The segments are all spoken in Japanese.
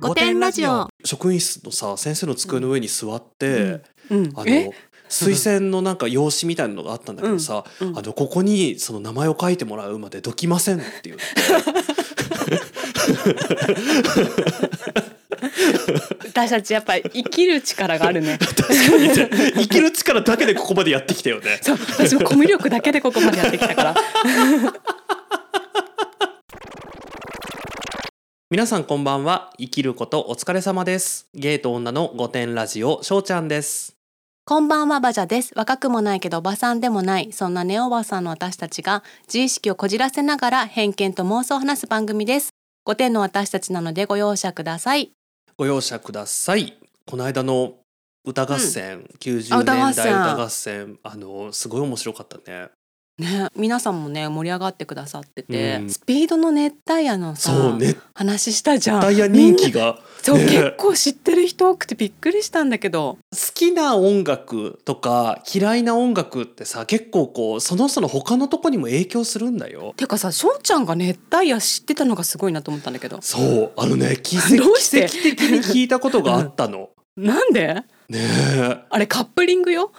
五点ラジオ。職員室のさ先生の机の上に座って、うんあえの推薦のなんか用紙みたいなのがあったんだけどさ、うんうんあのここにその名前を書いてもらうまでどきませんっていう 私たちやっぱり生きる力があるね生きる力だけでここまでやってきたよね。そう私もコミュ力だけでここまでやってきたから皆さんこんばんは生きることお疲れ様ですゲイと女の御殿ラジオしょうちゃんです こんばんはバジャです若くもないけどおばさんでもないそんなネオおばさんの私たちが自意識をこじらせながら偏見と妄想を話す番組です5点の私たちなのでご容赦くださいご容赦くださいこの間の歌合戦、90年あ歌代合戦歌合戦あのすごい面白かったねね、皆さんもね盛り上がってくださってて、うんスピードの熱帯夜のさそう熱話したじゃんダイヤ人気が好そう、ね結構知ってる人多くてびっくりしたんだけどきな音楽とか嫌いな音楽ってさ結構こうその人の他のとこにも影響するんだよてかさしょんちゃんが熱帯夜知ってたのがすごいなと思ったんだけ どそうあのね奇跡どうして奇跡的に聞いたことがあった のなんでねえあれカップリングよ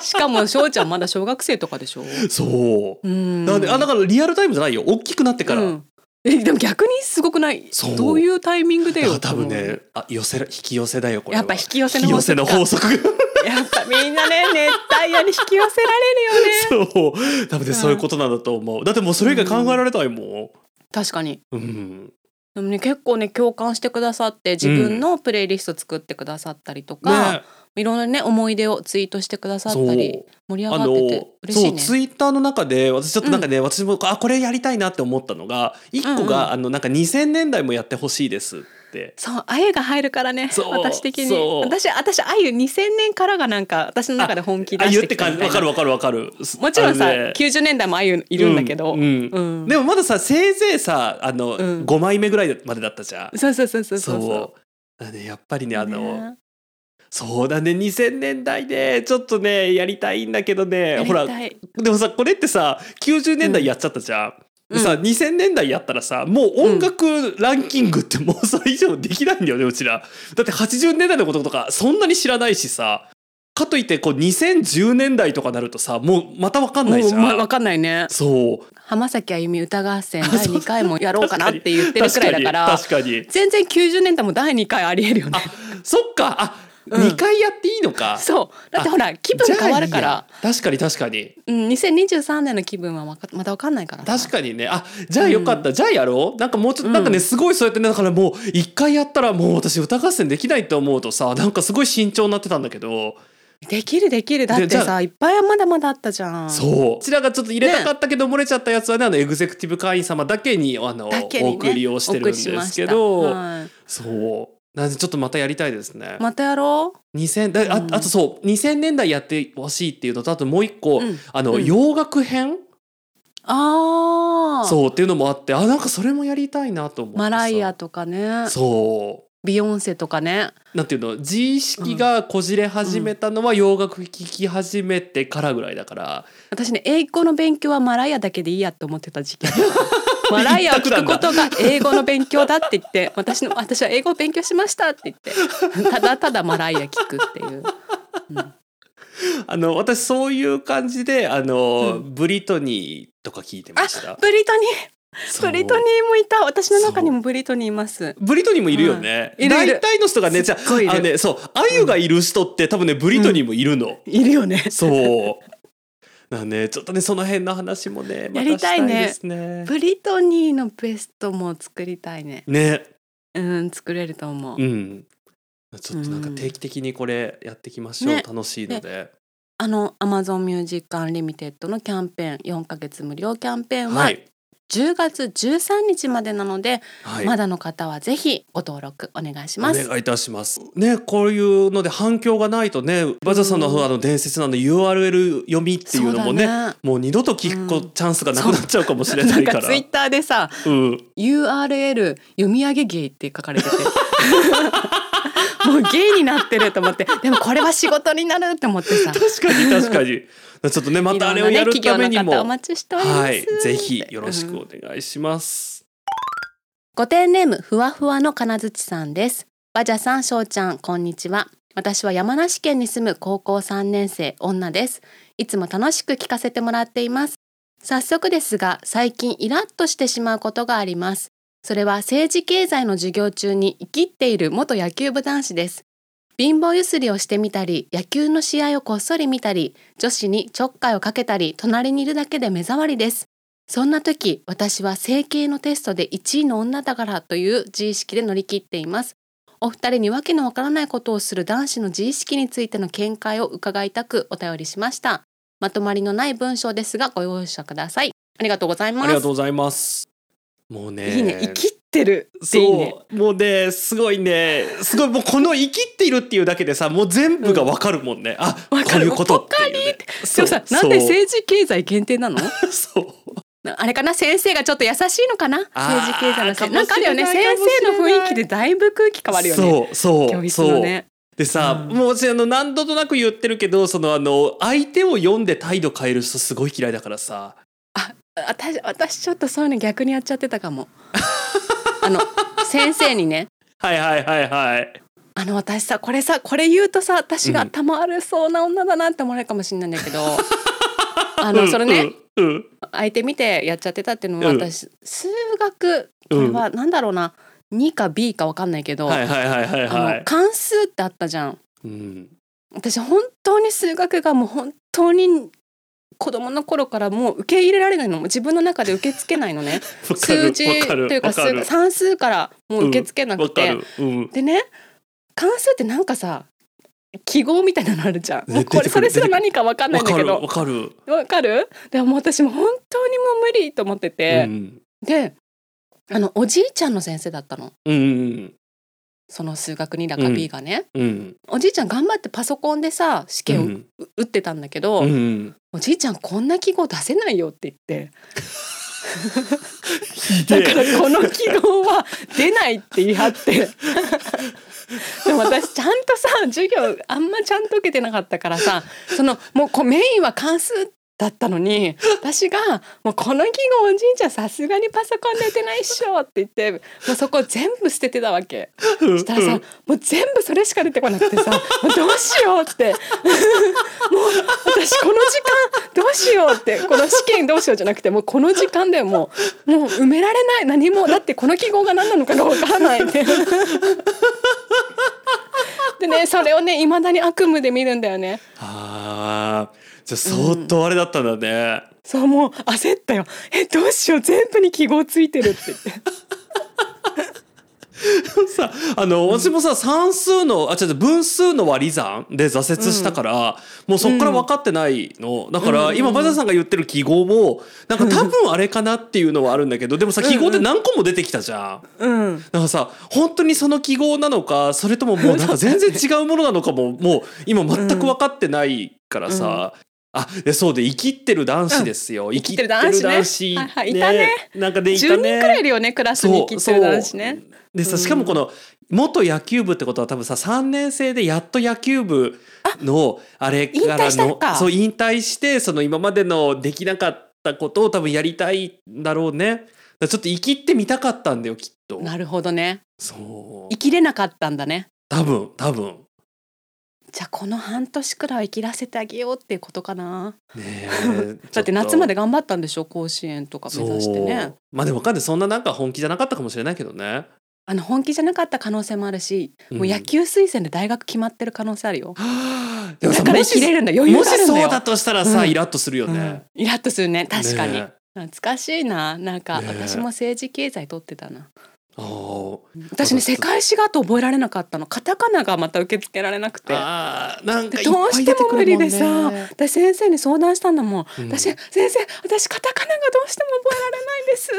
しかもしょうちゃんまだ小学生とかでしょそうう、んなんであだからリアルタイムじゃないよ大きくなってから、うんえでも逆にすごくないそうどういうタイミングでだかよら多分ねあ寄せら引き寄せだよこれはやっぱ引き寄せの引き法寄せ則のか法則が やっぱみんなね熱帯夜に引き寄せられるよね そう多分ねそういうことなんだと思うだってもうそれ以外考えられないも確かにん、うん、でもね結構ね共感してくださって自分のプレイリスト作ってくださったりとか、ねいろんなね思い出をツイートしてくださっそうたり盛り上あがってての嬉しそいうねツイッターの中で私ちょっとなんかね、私もあこれやりたいなって思ったのが一個が、あのなんか2000年代もやってほしいですってそうあゆが入るからねそう私的にそう私私あゆ2000年からがなんか私の中で本気出あ言しっててきた感みじたいわなかるわかるわかるもちろんさ、あのね90年代もあゆいるんだけど、うんうんうんでもまださせいぜいさあの、うん5枚目ぐらいまでだったじゃんそうそうそうそうそうそうだからねやっぱりねあのねそうだね2000年代でちょっとねやりたいんだけどねやほらりたいでもさこれってさ90年代やっちゃったじゃん。うんでさ2000年代やったらさもう音楽ランキングってもうそれ以上できないんだよねうちらだって80年代のこととかそんなに知らないしさかといってこう2010年代とかなるとさもうまた分かんないもじうゃん、まわかんないねそう浜崎あゆみ歌 合戦第2回もやろうかなって言ってるくらいだから確かに確かに全然90年代も第2回ありえるよねそっかあ、うん2回やっていいのかそうだってほら気分変わるからじゃあいいや確かに確かにうん、2023年の気分はわかまだわかんないから確かかにねあじゃあよかった、じゃあやろうなんかもうちょっとなんかね、うんすごいそうやってねだからもう一回やったらもう私歌合戦できないって思うとさなんかすごい慎重になってたんだけど、できるできるだってでじゃさいっぱいまだまだあったじゃんそうこちらがちょっと入れたかったけど、漏れちゃったやつはねあのエグゼクティブ会員様だけにあのだけおにね送りをしてるんですけど、お送りしましたはいそうなんでちょっとまたやりたいですね。またやろ2000だあうんあとそう2000年代やってほしいっていうのとあともう一個、う、うん、あの、うん洋楽編ああそうっていうのもあってあなんかそれもやりたいなと思ってさマライアとかねそうビヨンセとかねなんていうの自意識がこじれ始めたのは洋楽聴き始めてからぐらいだから、私ね英語の勉強はマライアだけでいいやって思ってた時 期マライアを聞くことが英語の勉強だって言って私の私は英語を勉強しましたって言ってただただマライア聞くっていう、うんあの私そういう感じであの、うブリトニーとか聞いてましたブリトニーそうブリトニーもいた私の中にもブリトニーいますブリトニーもいるよね、うんいるいる大体の人がねじゃすっごいいあるあのねそうあゆがいる人って、多分ねブリトニーもいるの、いるよねそうなんでねちょっとねその辺の話もねま やたりしたたいいねですねブリトニーのベストも作りたいねねうん作れると思う、うんちょっとなんか定期的にこれやっていきましょう、ね楽しいので、あの Amazon Music Unlimited のキャンペーン4ヶ月無料キャンペーンははい、 10月13日までなので、はい、まだの方はぜひご登録お願いしますお。願いいたします。ね、こういうので反響がないとね、バザさんのあの伝説のあの URL 読みっていうのもね、そうだねもう二度と聞くこ、うんチャンスがなくなっちゃうかもしれななんいから。かツイッターでさうん、 URL 読み上げゲイって書かれ ててもうゲイになってると思ってでもこれは仕事になるって思ってさ確かに確かに。ちょっと ね、またあれをいろやんなるねために企も、業の方お待ちしております、はい、ぜひよろしくお願いします。ごてんネームふわふわの金槌さんですバジャさんしょうちゃんこんにちは私は山梨県に住む高校3年生女ですいつも楽しく聞かせてもらっています早速ですが最近イラッとしてしまうことがありますそれは政治経済の授業中に生きっている元野球部男子です貧乏ゆすりをしてみたり野球の試合をこっそり見たり女子にちょっかいをかけたり隣にいるだけで目障りですそんな時私は整形のテストで1位の女だからという自意識で乗り切っていますお二人にわけのわからないことをする男子の自意識についての見解を伺いたくお便りしましたまとまりのない文章ですがご容赦くださいありがとうございあまりすがとうございますもうねいいね生きってるってそういいねもうねすごいねすごいもうこの生きっているっていうだけでさもう全部がわかるもんね、あこわかういるうことっていう、ね、でもさなんでそう政治経済限定なの そうなあれかな先生がちょっと優しいのかなあー政治経済のせかいもなんしかあるれなよいね先かもしれない生の雰囲気でだいぶ空気変わるよねそうそ教う室そのうねでさ、うんもう私あの何度となく言ってるけどそのあの相手を読んで態度変える人すごい嫌いだからさ私私ちょっとそういうの逆にやっちゃってたかもあの先生にねはいはいはいはいあの私さこれさこれ言うとさ私がうん頭悪そうな女だなって思われるかもしれないんだけ どあのそれね、うんうん相手見てやっちゃってたっていうのはうん私数学うこんれはなんだろうな2か B か分かんないけど、はいはいはいはいはあのい関数ってあったじゃんうん私本当に数学がもう本当に子供の頃からもう受け入れられないのもう自分の中で受け付けないのね わかる数字わとかるいうかわ数る算数からもう受け付けなわくかて、るうんでね関数ってなんかさ記号みたいなのあるじゃんもうこ出てれくそるれすら何か分かんないわんだかけるどわかるわかるでも私もう本当にもう無理と思ってうて、んであのおじいちゃんの先生だったのうんうんその数学2だかうん B がね、うんおじいちゃん頑張ってパソコンでさ試う験をん打ってたんだけど、うんうんおじいちゃんこんな記号出せないよって言ってひでだえからこの記号は出ないって言い張って でも私ちゃんとさ授業あんまちゃんと受けてなかったからさそのもうこうメインは関数だったのに私が「もうこの記号おじいちゃんさすがにパソコンで打てないっしょ」って言ってもうそこ全部捨ててたわけ。そしたらさ、うんもう全部それしか出てこな くてさもうどうしようって もう私この時間どうしようってこの試験どうしようじゃなくてもうこの時間でもうもう埋められない何もだってこの記号が何なのかがわからないって でねそれをねいまだに悪夢で見るんだよねあーじゃあ相当あれだったんだね、そうもう焦ったよえどうしよう全部に記号ついてるって言ってさあの、私もさ算数のあ違う違う分数の割り算で挫折したから、もうそこから分かってないの、だから、今バザさんが言ってる記号もなんか多分あれかなっていうのはあるんだけどでもさ記号って何個も出てきたじゃん。うんだからさ本当にその記号なのかそれとももうなんか全然違うものなのかももう今全く分かってないからさ、あでそうで生きってる男子ですよ、生きってる男き子ねってる男子はいはいいたねなんかねい10た人くねらいいるよねクラスに生きてる男子ね。でうさんしかもこの元野球部ってことは多分さ3年生でやっと野球部のあれか引ら退したののかそう引退してその今までのできなかったことを多分やりたいんだろうね。だからちょっと生きってみたかったんだよきっと。なるほどねそう生きれなかったんだね多分多分じゃあこの半年くらい生きらせてあげようっていうことかなね だって夏までち頑張ったんでしょ甲子園とかょっと目指してそねうまあでもわかんないそんななんか本気じゃなかったかもしれないけどね。あの本気じゃなかった可能性もあるし、もうん野球推薦で大学決まってる可能性あるはよあでもださからも生きしれるんだ余裕もがあしるんだそようだとしたらさ、うんイラッとするよね。うんイラッとするね確かに、ね懐かしいななんか、ね私も政治経済取ってたなあー私ねそう世界史があと覚えられなかったのカタカナがまた受け付けられなくてあーなんかいでっどうぱしいて出てもく無る理もんねでさ私先生に相談したんだもんうん私先生私カタカナがどうし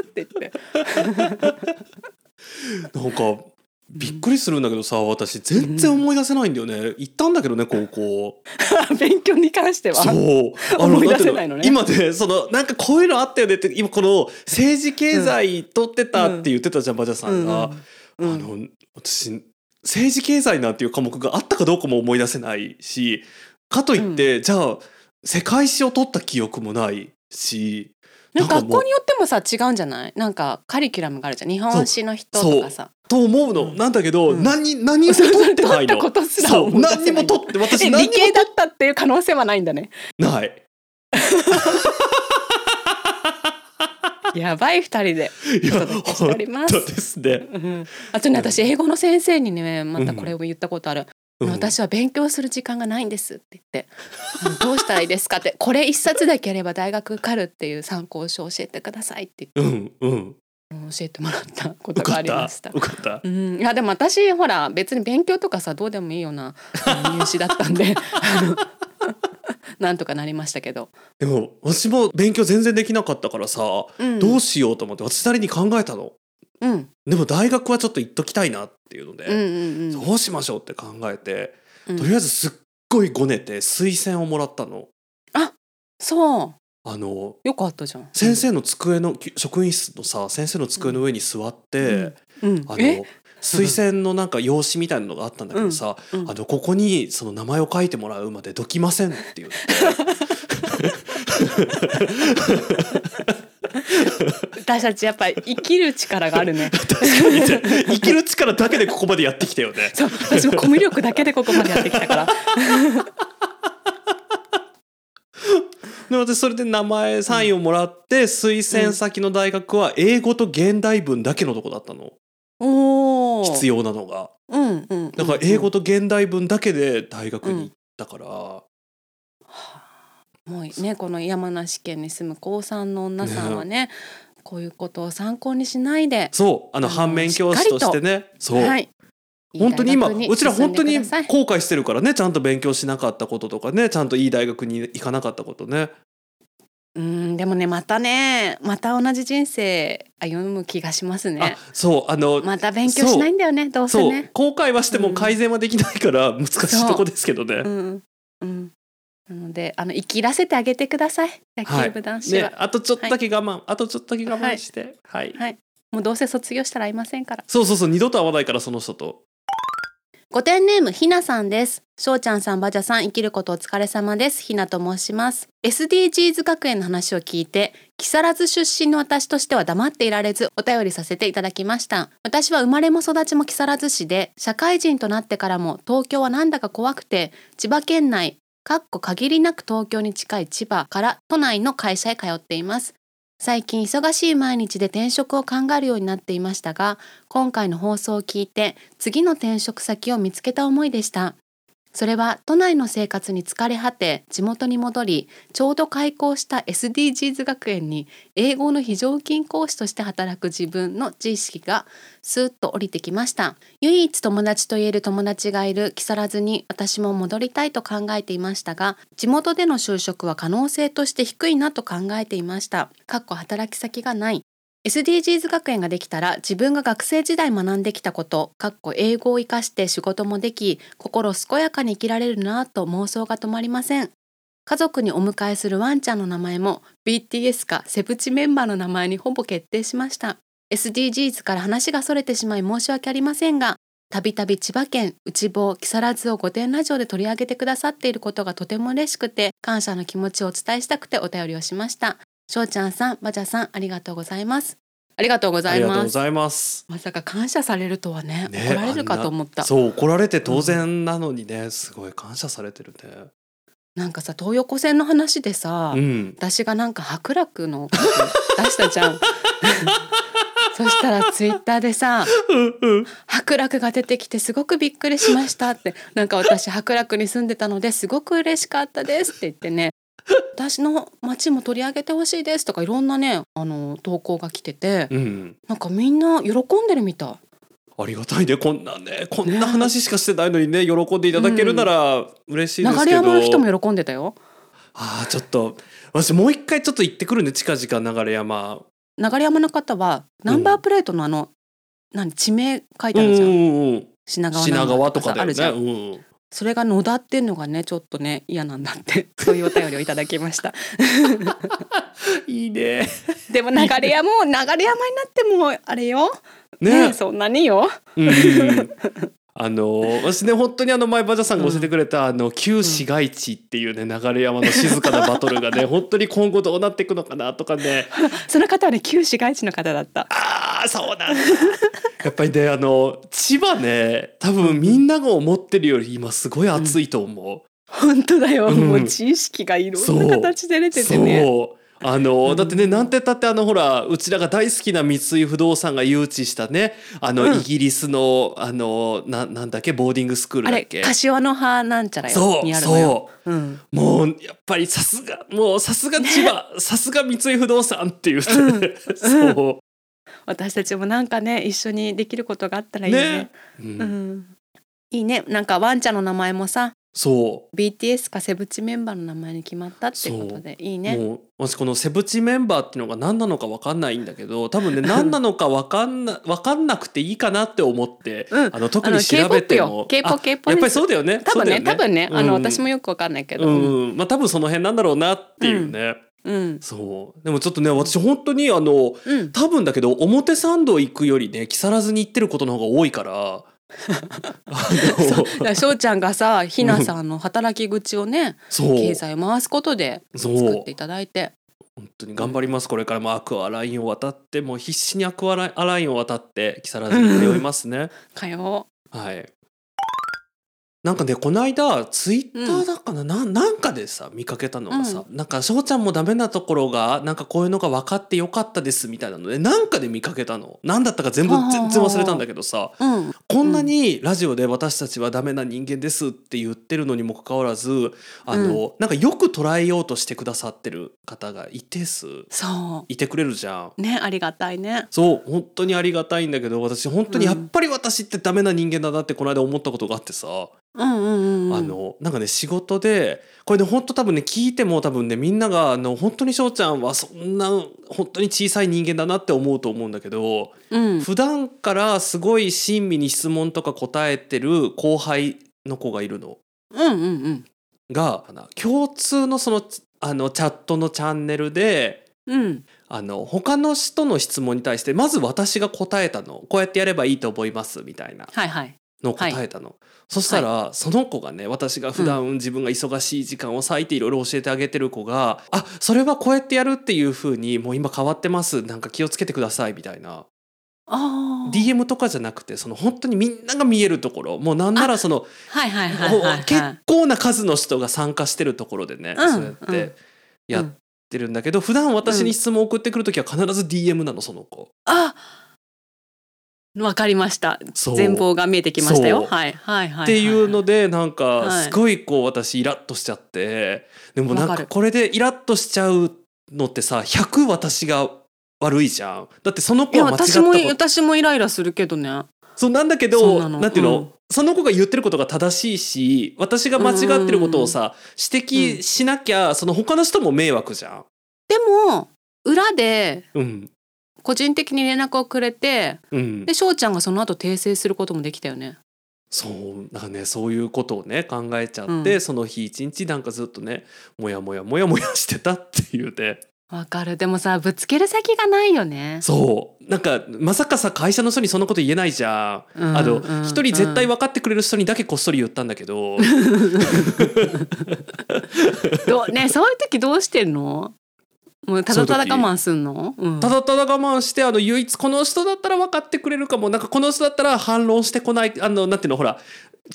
ても覚えられないんですって言ってなんかびっくりするんだけどさ私全然思い出せないんだよね行ったんだけどね高校 勉強に関してはそう思い出んてうせないのね今でそのなんかこういうのあったよねって今この政治経済取ってたって言ってたじゃん、バジャさんが、うんあの私政治経済なんていう科目があったかどうかも思い出せないしかといって、じゃあ世界史を取った記憶もないしなんかなんかもう学校によってもさ違うんじゃないなんかカリキュラムがあるじゃん日本史の人とかさと思うのなんだけど、うん何 何も取ってない取ったのことすらそ思 うい出せない何にも取って私え何に理も系だったっていう可能性はないんだねないやばい二人でいおや届けしてお本ります当ですね、うんあとね私英語の先生にねまたこれを言ったことある、うん私は勉強する時間がないんですって言って 「あのどうしたらいいですか?」って「これ一冊だけあれば大学受かるっていう参考書を教えてください」ってうんうん言って教えてもらったこと受がかあっりまたした受。かったうん、いやでも私ほら別に勉強とかさどうでもいいようなあの入試だったんであの なんとかなりましたけど、でも私も勉強全然できなかったからさ、うん、どうしようと思って私なりに考えたのうんうんでも大学はちょっと行っときたいなっていうのうんで、うんどうしましょうって考えて、うんとりあえずすっごいごねて推薦をもらったのそうあのよかったじゃん先生の机のき職員室のさ先生の机の上に座って、うん、うんあえの推薦のなんか用紙みたいなのがあったんだけどさ、うんあのここにその名前を書いてもらうまでどきませんって言って私たちやっぱり生きる力があるね確かにね生きる力だけでここまでやってきたよね。そう私もコミュ力だけでここまでやってきたから で私それで名前サインをもらって、推薦先の大学は英語と現代文だけのとこだったのおお必要要なのがうんうんだから英語と現代文だけで大学に行ったから、もうねこの山梨県に住む高三の女さんはねこういうことを参考にしないでそうあのあの反面教師としてねそう、はい本当に今いい大学うちら本当に進後んでください悔してるからねちゃんと勉強しなかったこととかねちゃんといい大学に行かなかったことねうんでもねまたねまた同じ人生歩む気がしますねあそうあの、また勉強しないんだよねどうせそうね後悔はしても改善はできないから難しいとこですけどねう。んうんなのであの生きらせてあげてください野球部男子は、ね、あとちょっとだけ我慢、あとちょっとだけ我慢して、はい。はいもうどうせ卒業したら会いませんからそうそうそう、二度と会わないから、その人と。ごてんネームひなさんです。しょうちゃんさんばじゃさん生きることお疲れ様です。ひなと申します。SDGs 学園の話を聞いて、木更津出身の私としては黙っていられずお便りさせていただきました。私は生まれも育ちも木更津市で、社会人となってからも東京はなんだか怖くて、千葉県内、かっこ限りなく東京に近い千葉から都内の会社へ通っています。最近忙しい毎日で転職を考えるようになっていましたが、今回の放送を聞いて次の転職先を見つけた思いでしたそれは都内の生活に疲れ果て地元に戻りちょうど開校した SDGs 学園に英語の非常勤講師として働く自分の知識がスーッと降りてきました唯一友達と言える友達がいる木更津に私も戻りたいと考えていましたが地元での就職は可能性として低いなと考えていましたかっこ働き先がない SDGs 学園ができたら自分が学生時代学んできたことかっこ英語を生かして仕事もでき心健やかに生きられるなぁと妄想が止まりません家族にお迎えするワンちゃんの名前も BTS かセブチメンバーの名前にほぼ決定しました SDGs から話がそれてしまい申し訳ありませんがたびたび千葉県内房木更津を御殿ラジオで取り上げてくださっていることがとても嬉しくて感謝の気持ちをお伝えしたくてお便りをしましたしょうちゃんさんばじゃさんありがとうございますありがとうござあいりがとうまごすざいます。まさか感謝されるとはねね怒られるかと思ったそう、怒られて当然なのにね、すごい感謝されてるね。なんかさ東横線の話でさ、うん。私がなんか白楽の出したじゃん そしたらツイッターでさうんうん。白楽が出てきてすごくびっくりしましたってなんか私白楽に住んでたのですごく嬉しかったですって言ってね私の町も取り上げてほしいですとかいろんなねあの投稿が来ててうん。なんかみんな喜んでるみたいありがたいね、こんなね、こんな話しかしてないのにね、喜んでいただけるなら嬉しいですけど。流山の人も喜んでたよああ、ちょっと、私もう一回ちょっと行ってくるね、近々流山。流山の方はナンバープレートのあの、何地名書いてあるじゃん、んうん。品川品川とかさだあよるじゃん、ね。うん。それが野田っていうのがねちょっとね嫌なんだって そういうお便りをいただきましたいいね。でも流山も流山になってもあれよねね。そんなにようんうんうんあのー私ね本当にあの前バジャさんが教えてくれた、あの旧市街地っていうね流山の静かなバトルがね本当に今後どうなっていくのかなとかねその方はね旧市街地の方だったあーそうなんだ やっぱりねあの千葉ね多分みんなが思ってるより今すごい暑いと思本当だよ、うんもう知識がいろそんうな形で出う、ててねそうあの、うんだってねなんてったってあのほらうちらが大好きな三井不動産が誘致したねあの、うんイギリスのあのななんだっけボーディングスクールあだっれけ柏の葉なんちゃらよそうにあるのよ、そうん、もうやっぱりさすがもうさすが千葉、さすが三井不動産って いう、ねそ私たちもなんかね一緒にできることがあったうらいいねね、うんうん、いいねなんかワンちゃんの名前もさそ、BTS かセブチメンバーの名前に決まったってことでいいうねもう私このセブチメンバーっていうのが何なのか分かんないんだけど多分 ね何なのか分かんな分かんなくていいかなって思って、うんあの特に調べても K-POP よ K-POP あやっぱりそうだよね多分ね多分ねあの、私ももよくわかんないけど、うん、うんまあ多分その辺なんだろうなっていうね、うんそうでもちょっとね私本当にあのうん、多分だけど表参道行くよりね木更津に行ってることの方が多いから あのだから翔ちゃんがさひなさんの働き口をねそう経済を回すことでそう作っていただいて本当に頑張りますこれからもアクアラインを渡ってもう必死にアクアラインアラインを渡って木更津に通いますね、かよはいなんかねこの間ツイッターだかな、なん、なんかでさ見かけたのがさ、なんか翔ちゃんもダメなところがなんかこういうのが分かってよかったですみたいなのでなんかで見かけたの何だったか全部はあはあは全あ然忘れたんだけどさ、うんこんなにラジオで私たちはダメな人間ですって言ってるのにもかかわらずあの、なんかよく捉えようとしてくださってる方が一定数そいてくれるじゃん。うねありがたいねそう本当にありがたいんだけど私本当にうやんっぱり私ってダメな人間だなってこの間思ったことがあってさ、うんうんうんうんあのなんかね仕事でこれね本当多分ね聞いても多分ねみんながあの本当に翔ちゃんはそんな本当に小さい人間だなって思うと思うんだけど、うん普段からすごい親身に質問とか答えてる後輩の子がいるのうんうんうんがあの共通のそのあのチャットのチャンネルでうんあの他の人の質問に対してまず私が答えたのこうやってやればいいと思いますみたいなはいはいのを答えたの、そしたら、その子がね私が普段自分が忙しい時間を割いていろいろ教えてあげてる子が「あそれはこうやってやるっていう風にもう今変わってますなんか気をつけてください」みたいな。ああ DM とかじゃなくてその本当にみんなが見えるところもうなんならそのはいはいはいはい、はい、結構な数の人が参加してるところでね、うんそうやっうんてやってるんだけど、普段私に質問を送ってくる時は必ず DM なのその子。あわかりましたそう全貌が見えてきましたよそうはいはいはいはっていうのでなんかはいすごいこう私イラッとしちゃってでもなんわかかるこれでイラッとしちゃうのってさ100私が悪いじゃんだってそのい子やは間違った私もこと私もイライラするけどねそうなんだけそうどななのんていうの、うんその子が言ってることが正しいし私が間違ってることをさ指摘しなきゃその他の人も迷惑じゃん。でも裏でうん個人的に連絡をくれてうん、で翔ちゃんがその後訂正することもできたよねそうなんかねそういうことをね考えちゃって、うその日一日なんかずっとねもやもやもやもやしてたっていうねわかるでもさぶつける先がないよねそうなんかまさかさ会社の人にそんなこと言えないじゃん。あの一、人絶対は分かってくれる人にだけこっそり言ったんだけ どねそういう時どうしてんのもうただただ我慢すんのうんただただ我慢してあの唯一この人だったら分かってくれるかもなんかこの人だったら反論してこないあのなんていうのほら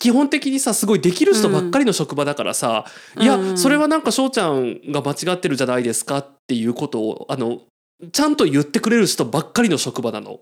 基本的にさすごいできる人ばっかりの職場だからさ、うんいうんうやんそれはなんか翔ちゃんが間違ってるじゃないですかっていうことをあのちゃんと言ってくれる人ばっかりの職場な の。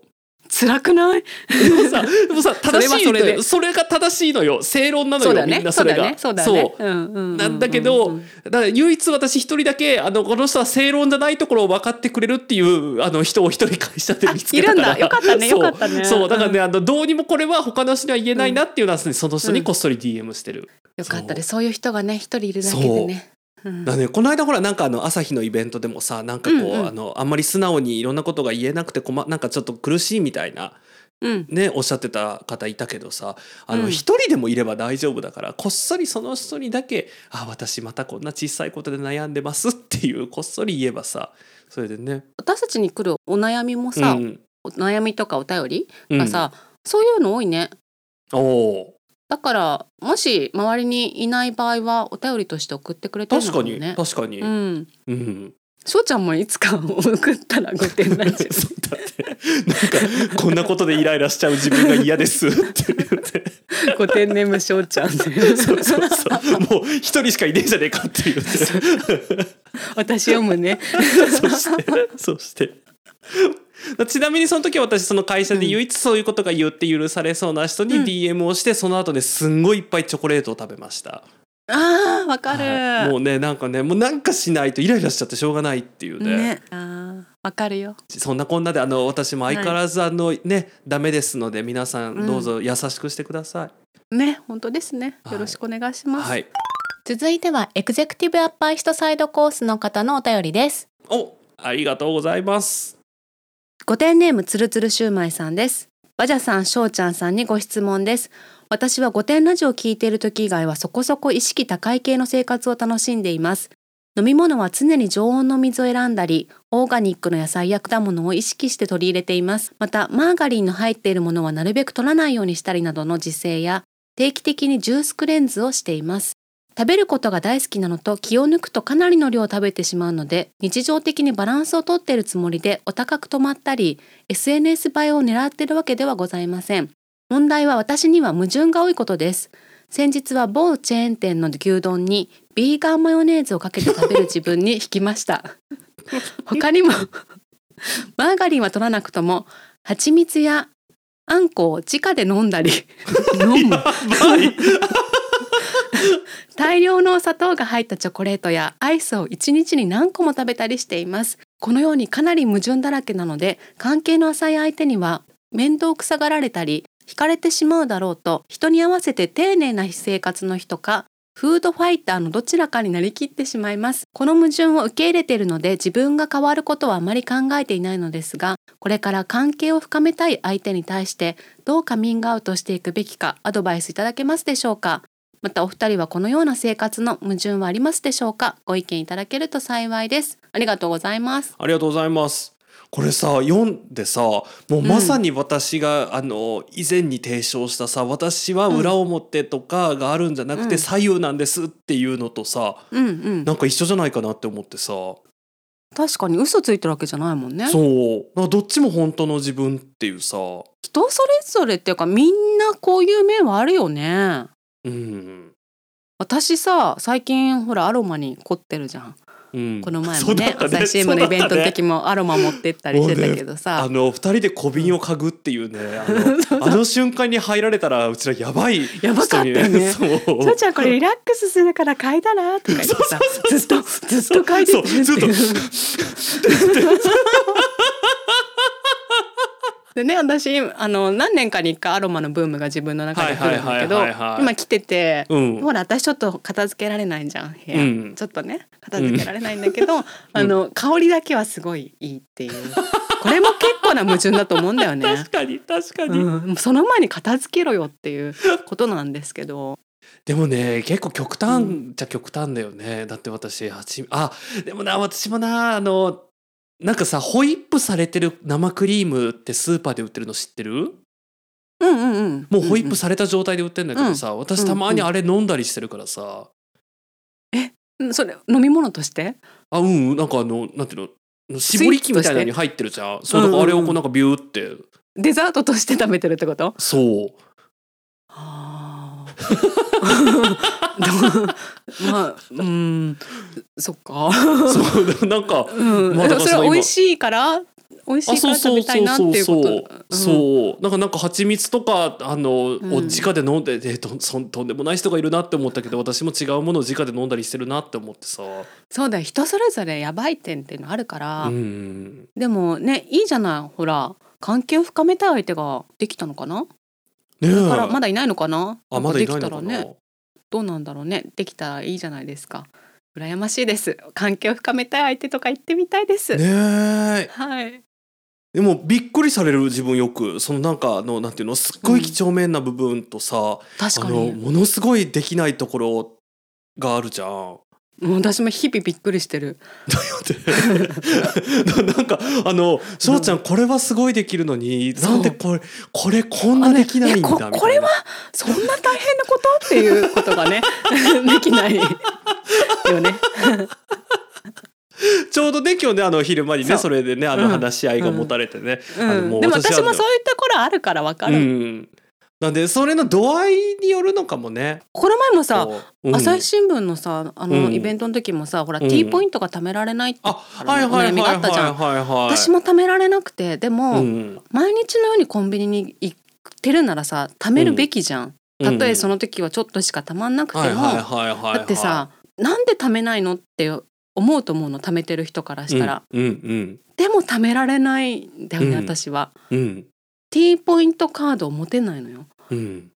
辛くないでもさでもさ正しいのそれはそれよでそれが正しいのよ正論なのそうよ、だよみんねなそそうだれよがねそうだよねうんうんなんだけどうんだから唯一私一人だけあのこの人は正論じゃないところを分かってくれるっていうあの人を一人会社で見つけいるたんかだらよかったねそようかったねそうだからんね、あのどうにもこれは他の人には言えないなっていうのは、その人にこっそり DM してる。よかったですそういう人がね一人いるだけでねうんだからねこの間ほらなんかあの朝日のイベントでもさなんかこう、うんうんあのあんまり素直にいろんなことが言えなくて困なんかちょっと苦しいみたいなうんねおっしゃってた方いたけどさあうのん一人でもいれば大丈夫だから、こっそりその人にだけ「あ私またこんな小さいことで悩んでます」っていうこっそり言えばさそれでね。私たちに来るお悩みもさうんお悩みとかお便りうんがさそういうの多いねおーだからもし周りにいない場合はお便りとして送ってくれてる確のかもに、ね。確かに、ううんん。うん、翔ちゃんもいつか送ったらごてんなっち ゃそうだってなんかこんなことでイライラしちゃう自分が嫌ですって言 ってう。ごてんねむ翔ちゃんで。そうそうそうもう一人しかいねえじゃねえかって言って私読むね。 そしてそしてちなみにその時は私その会社で唯一そういうことが言って許されそうな人にうん DM をしてその後ねすんごいいっぱいチョコレートを食べました、ああわかる。はいもうねなんかねもうなんかしないとイライラしちゃってしょうがないっていうねね。ああわかるよ。そんなこんなであの私も相変わらずあの、ねダメですので皆さんどうぞ優しくしてください、ね本当ですね。はいよろしくお願いします。はい続いてはエグゼクティブアッパーイストサイドコースの方のお便りですおありがとうござい ますごてんネームつるつるシューマイさんです。わじゃさん、しょうちゃんさんにご質問です。私はごてんラジオを聞いている時以外はそこそこ意識高い系の生活を楽しんでいます。飲み物は常に常温の水を選んだり、オーガニックの野菜や果物を意識して取り入れています。また、マーガリンの入っているものはなるべく取らないようにしたりなどの自制や、定期的にジュースクレンズをしています。食べることが大好きなのと気を抜くとかなりの量を食べてしまうので日常的にバランスをとっているつもりでお高く止まったり SNS 映えを狙っているわけではございません問題は私には矛盾が多いことです先日は某チェーン店の牛丼にビーガンマヨネーズをかけて食べる自分に引きました他にもマーガリンは取らなくとも蜂蜜やあんこを直で飲んだり飲む大量のお砂糖が入ったチョコレートやアイスを1日に何個も食べたりしていますこのようにかなり矛盾だらけなので関係の浅い相手には面倒くさがられたり惹かれてしまうだろうと人に合わせて丁寧な生活の人かフードファイターのどちらかになりきってしまいますこの矛盾を受け入れているので自分が変わることはあまり考えていないのですがこれから関係を深めたい相手に対してどうカミングアウトしていくべきかアドバイスいただけますでしょうかまたお二人はこのような生活の矛盾はありますでしょうかご意見いただけると幸いですありがとうございますありがとうございます。これさ読んでさもうまさに私が、あの以前に提唱したさ私は裏表とかがあるんじゃなくうてん左右なんですっていうのとさ、うんうんなんか一緒じゃないかなって思ってさ、確かに嘘ついてるわけじゃないもんねそうなんかどっちも本当の自分っていうさ、人それぞれっていうかみんなこういう面はあるよねうん私さ最近ほらアロマに凝ってるじゃんうん、この前そもうだねった朝日 CM のイベントの時そうだったねもアロマ持ってったりしてたけどあさ、の二人で小瓶を嗅ぐっていうね、 あのあの瞬間に入られたらうちらやばい人にやばかったよねそうそうちゃんこれリラックスするから嗅いだらとか言ってさずっとずっと嗅いでそうてるずっとっていうでね私あの何年かに一回アロマのブームが自分の中で来るんだけどはいはいはいはいはい今来てて、うんほら私ちょっと片付けられないじゃん部屋、うんちょっとね片付けられないんだけど、 あの香りだけはすごいいいっていうこれも結構な矛盾だと思うんだよね 確。かに確かに、うん、その前に片付けろよっていうことなんですけど、でもね結構極端じゃ極端だよね、だって私はちあでもな私もなあのなんかさホイップされてる生クリームってスーパーで売ってるの知ってるうんうんうん、もうホイップんされた状態で売ってるんだけどさ、私たまにあれ飲んだりしてるからさ、うんうんそれ飲み物としてあうんなんかあのなんていうの絞り器みたいなのに入ってるじゃんそうだからあれをこうなんかビューって、デザートとして食べてるってことそう あーどうまあうんそっか、そうなんかうんまあだからでもそれそのは今美味しいから美味しあいかそうら食そべうたそいうなってそういうこそう、とそうなんかなんか蜂蜜とかあの、んを直で飲んででとそんとんでもない人がいるなって思ったけど私も違うものを直で飲んだりしてるなって思ってさそうだよ人それぞれやばい点っていうのあるから、うんでもねいいじゃないほら関係を深めたい相手ができたのかな、ねえだからまだいないのかなあまだいんないかのできかたな、らねどうなんだろうねできたらいいじゃないですか羨ましいです関係を深めたい相手とか行ってみたいです、ねえはいでもびっくりされる自分よくそのなんかあのなんていうのすっごい几帳面な部分とさ、確あかのにものすごいできないところがあるじゃんもう私も日々びっくりしてる ななんかあの翔ちゃんこれはすごいできるのに、なんでこれこれこんなできないんだみこたいなこれはそんな大変なことっていうことがね できないよねちょうどね今日ねあの昼間にそねうそれでねあのうん話し合いが持たれてね、あのうん、でも私もそういった頃あるからわかうる、ん、なんでそれの度合いによるのかもねこの前もさこううん朝日新聞のさあの、うんイベントの時もさほら、うん T ポイントが貯められないってあはいはいはいお悩みはいがあったじゃんはいはいはい私も貯められなくてでも、うん毎日のようにコンビニに行ってるならさ貯めるべきじゃん、うんたとえその時はちょっとしか貯まんなくても、はいはいはいはいはいだってさなんで貯めないのって思うと思うの貯めてる人からしたら、うんうんでも貯められないんだよね、うん私はうん T ポイントカードを持てないのようん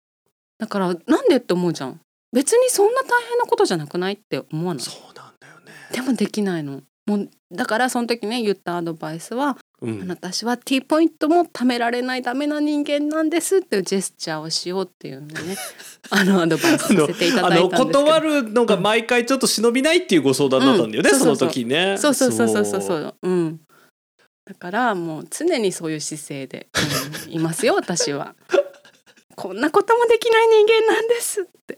だからなんでって思うじゃん別にそんな大変なことじゃなくないって思わないそうなんだよねでもできないのもうだからその時ね言ったアドバイスは、うんあなた私は T ポイントも貯められないダメな人間なんですっていうジェスチャーをしようっていうの をねあのアドバイスさせていたあだいたのんですけど断るのが毎回ちょっと忍びないっていうご相談だったんだよね、うんその時 ね。そうそうそうそうそうそううんだからもう常にそういう姿勢で、うんいますよ私はこんなこともできない人間なんですって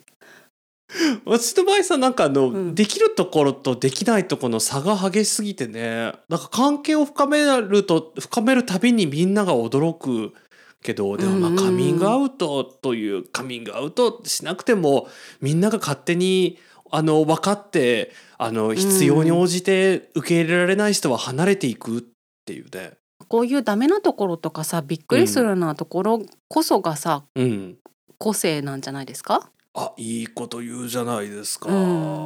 私の場合さなんかあの、うんできるところとできないところの差が激しすぎてねなんか関係を深めると深めるたびにみんなが驚くけどでもまうんあうんうんカミングアウトというカミングアウトしなくてもみんなが勝手にあの分かってあの必要に応じて受け入れられない人は離れていくっていうね。こういうダメなところとかさびっくりするようなところこそがさうん個性なんじゃないですか、あいいこと言うじゃないですか。う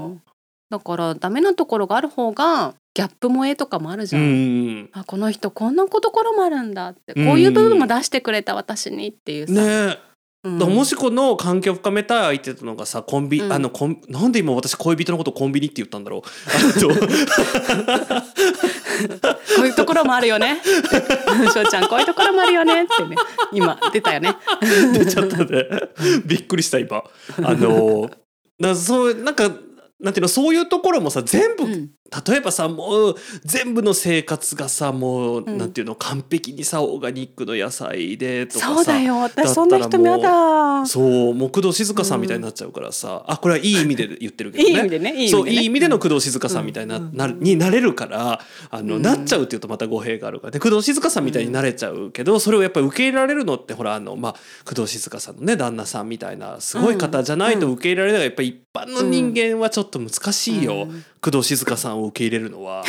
ん、だからダメなところがある方がギャップ萌えとかもあるじうゃん、んあこの人こんなところもあるんだってこういう部分も出してくれた私にっていうさ、ねえ、うんだからもしこの関係を深めたい相手とのがさコンビ、うんあのコンなんで今私恋人のことコンビニって言ったんだろう あこういうところもある よね。しょうちゃん、こういうところもあるよねってね、今出たよね。 と出ちゃったねびっくりした今あの だからそうなんかなんていうのそういうところもさ全部、うん例えばさもう全部の生活がさもう、うんなんていうの完璧にさオーガニックの野菜でとかさそうだよ、だ私ったらそんな人目やだ。そうもう工藤静香さんみたいになっちゃうからさ、あこれはいい意味で言ってるけいどねい意味でね、いい意味で、そね。ういい意味での工藤静香さんみたいな、うんなるになれるからあの、うんなっちゃうっていうとまた語弊があるからで工藤静香さんみたいになれちゃうけど、それをやっぱり受け入れられるのってほらあの、まあ、工藤静香さんのね旦那さんみたいなすごい方じゃないと受け入れられないやっぱり一般の人間はちょっと難しいよ、うん工藤静香さんを受け入れるの は。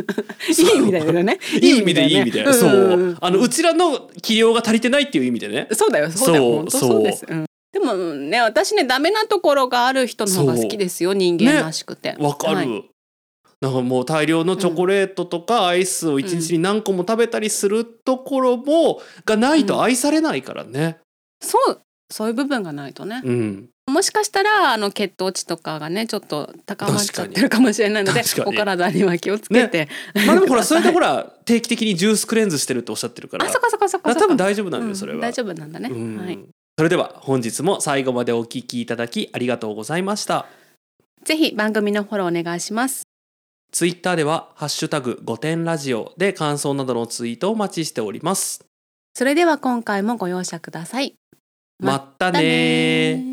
いい意味だよね。いい意味 でいい意味で、そんうあのうちらの器量が足りてないっていう意味でねそうだよ、そうだそよ、う本当そうそうです。うんでもね、私ね、ダメなところがある人の方が好きですよ、人間らしくて。わかる、はいなんかもう大量のチョコレートとかアイスを一日に何個も食べたりするところもがないと愛されないからね。そう、そういう部分がないとね。うん、もしかしたらあの血糖値とかがねちょっと高まっちゃっ確かてるかもしれないので確かにお体には気をつけて、まあでも ほらそれでほら 定期的にジュースクレンズしてるっておっしゃってるからあそこそこそこだかそこら多分大丈夫なんだうよんそれは。大丈夫なんだね、うんはい。それでは本日も最後までお聞きいただきありがとうございました。ぜひ番組のフォローお願いしますツイッターではハッシュタグ五点ラジオで感想などのツイートをお待ちしております。それでは今回もご容赦くださいままったねー。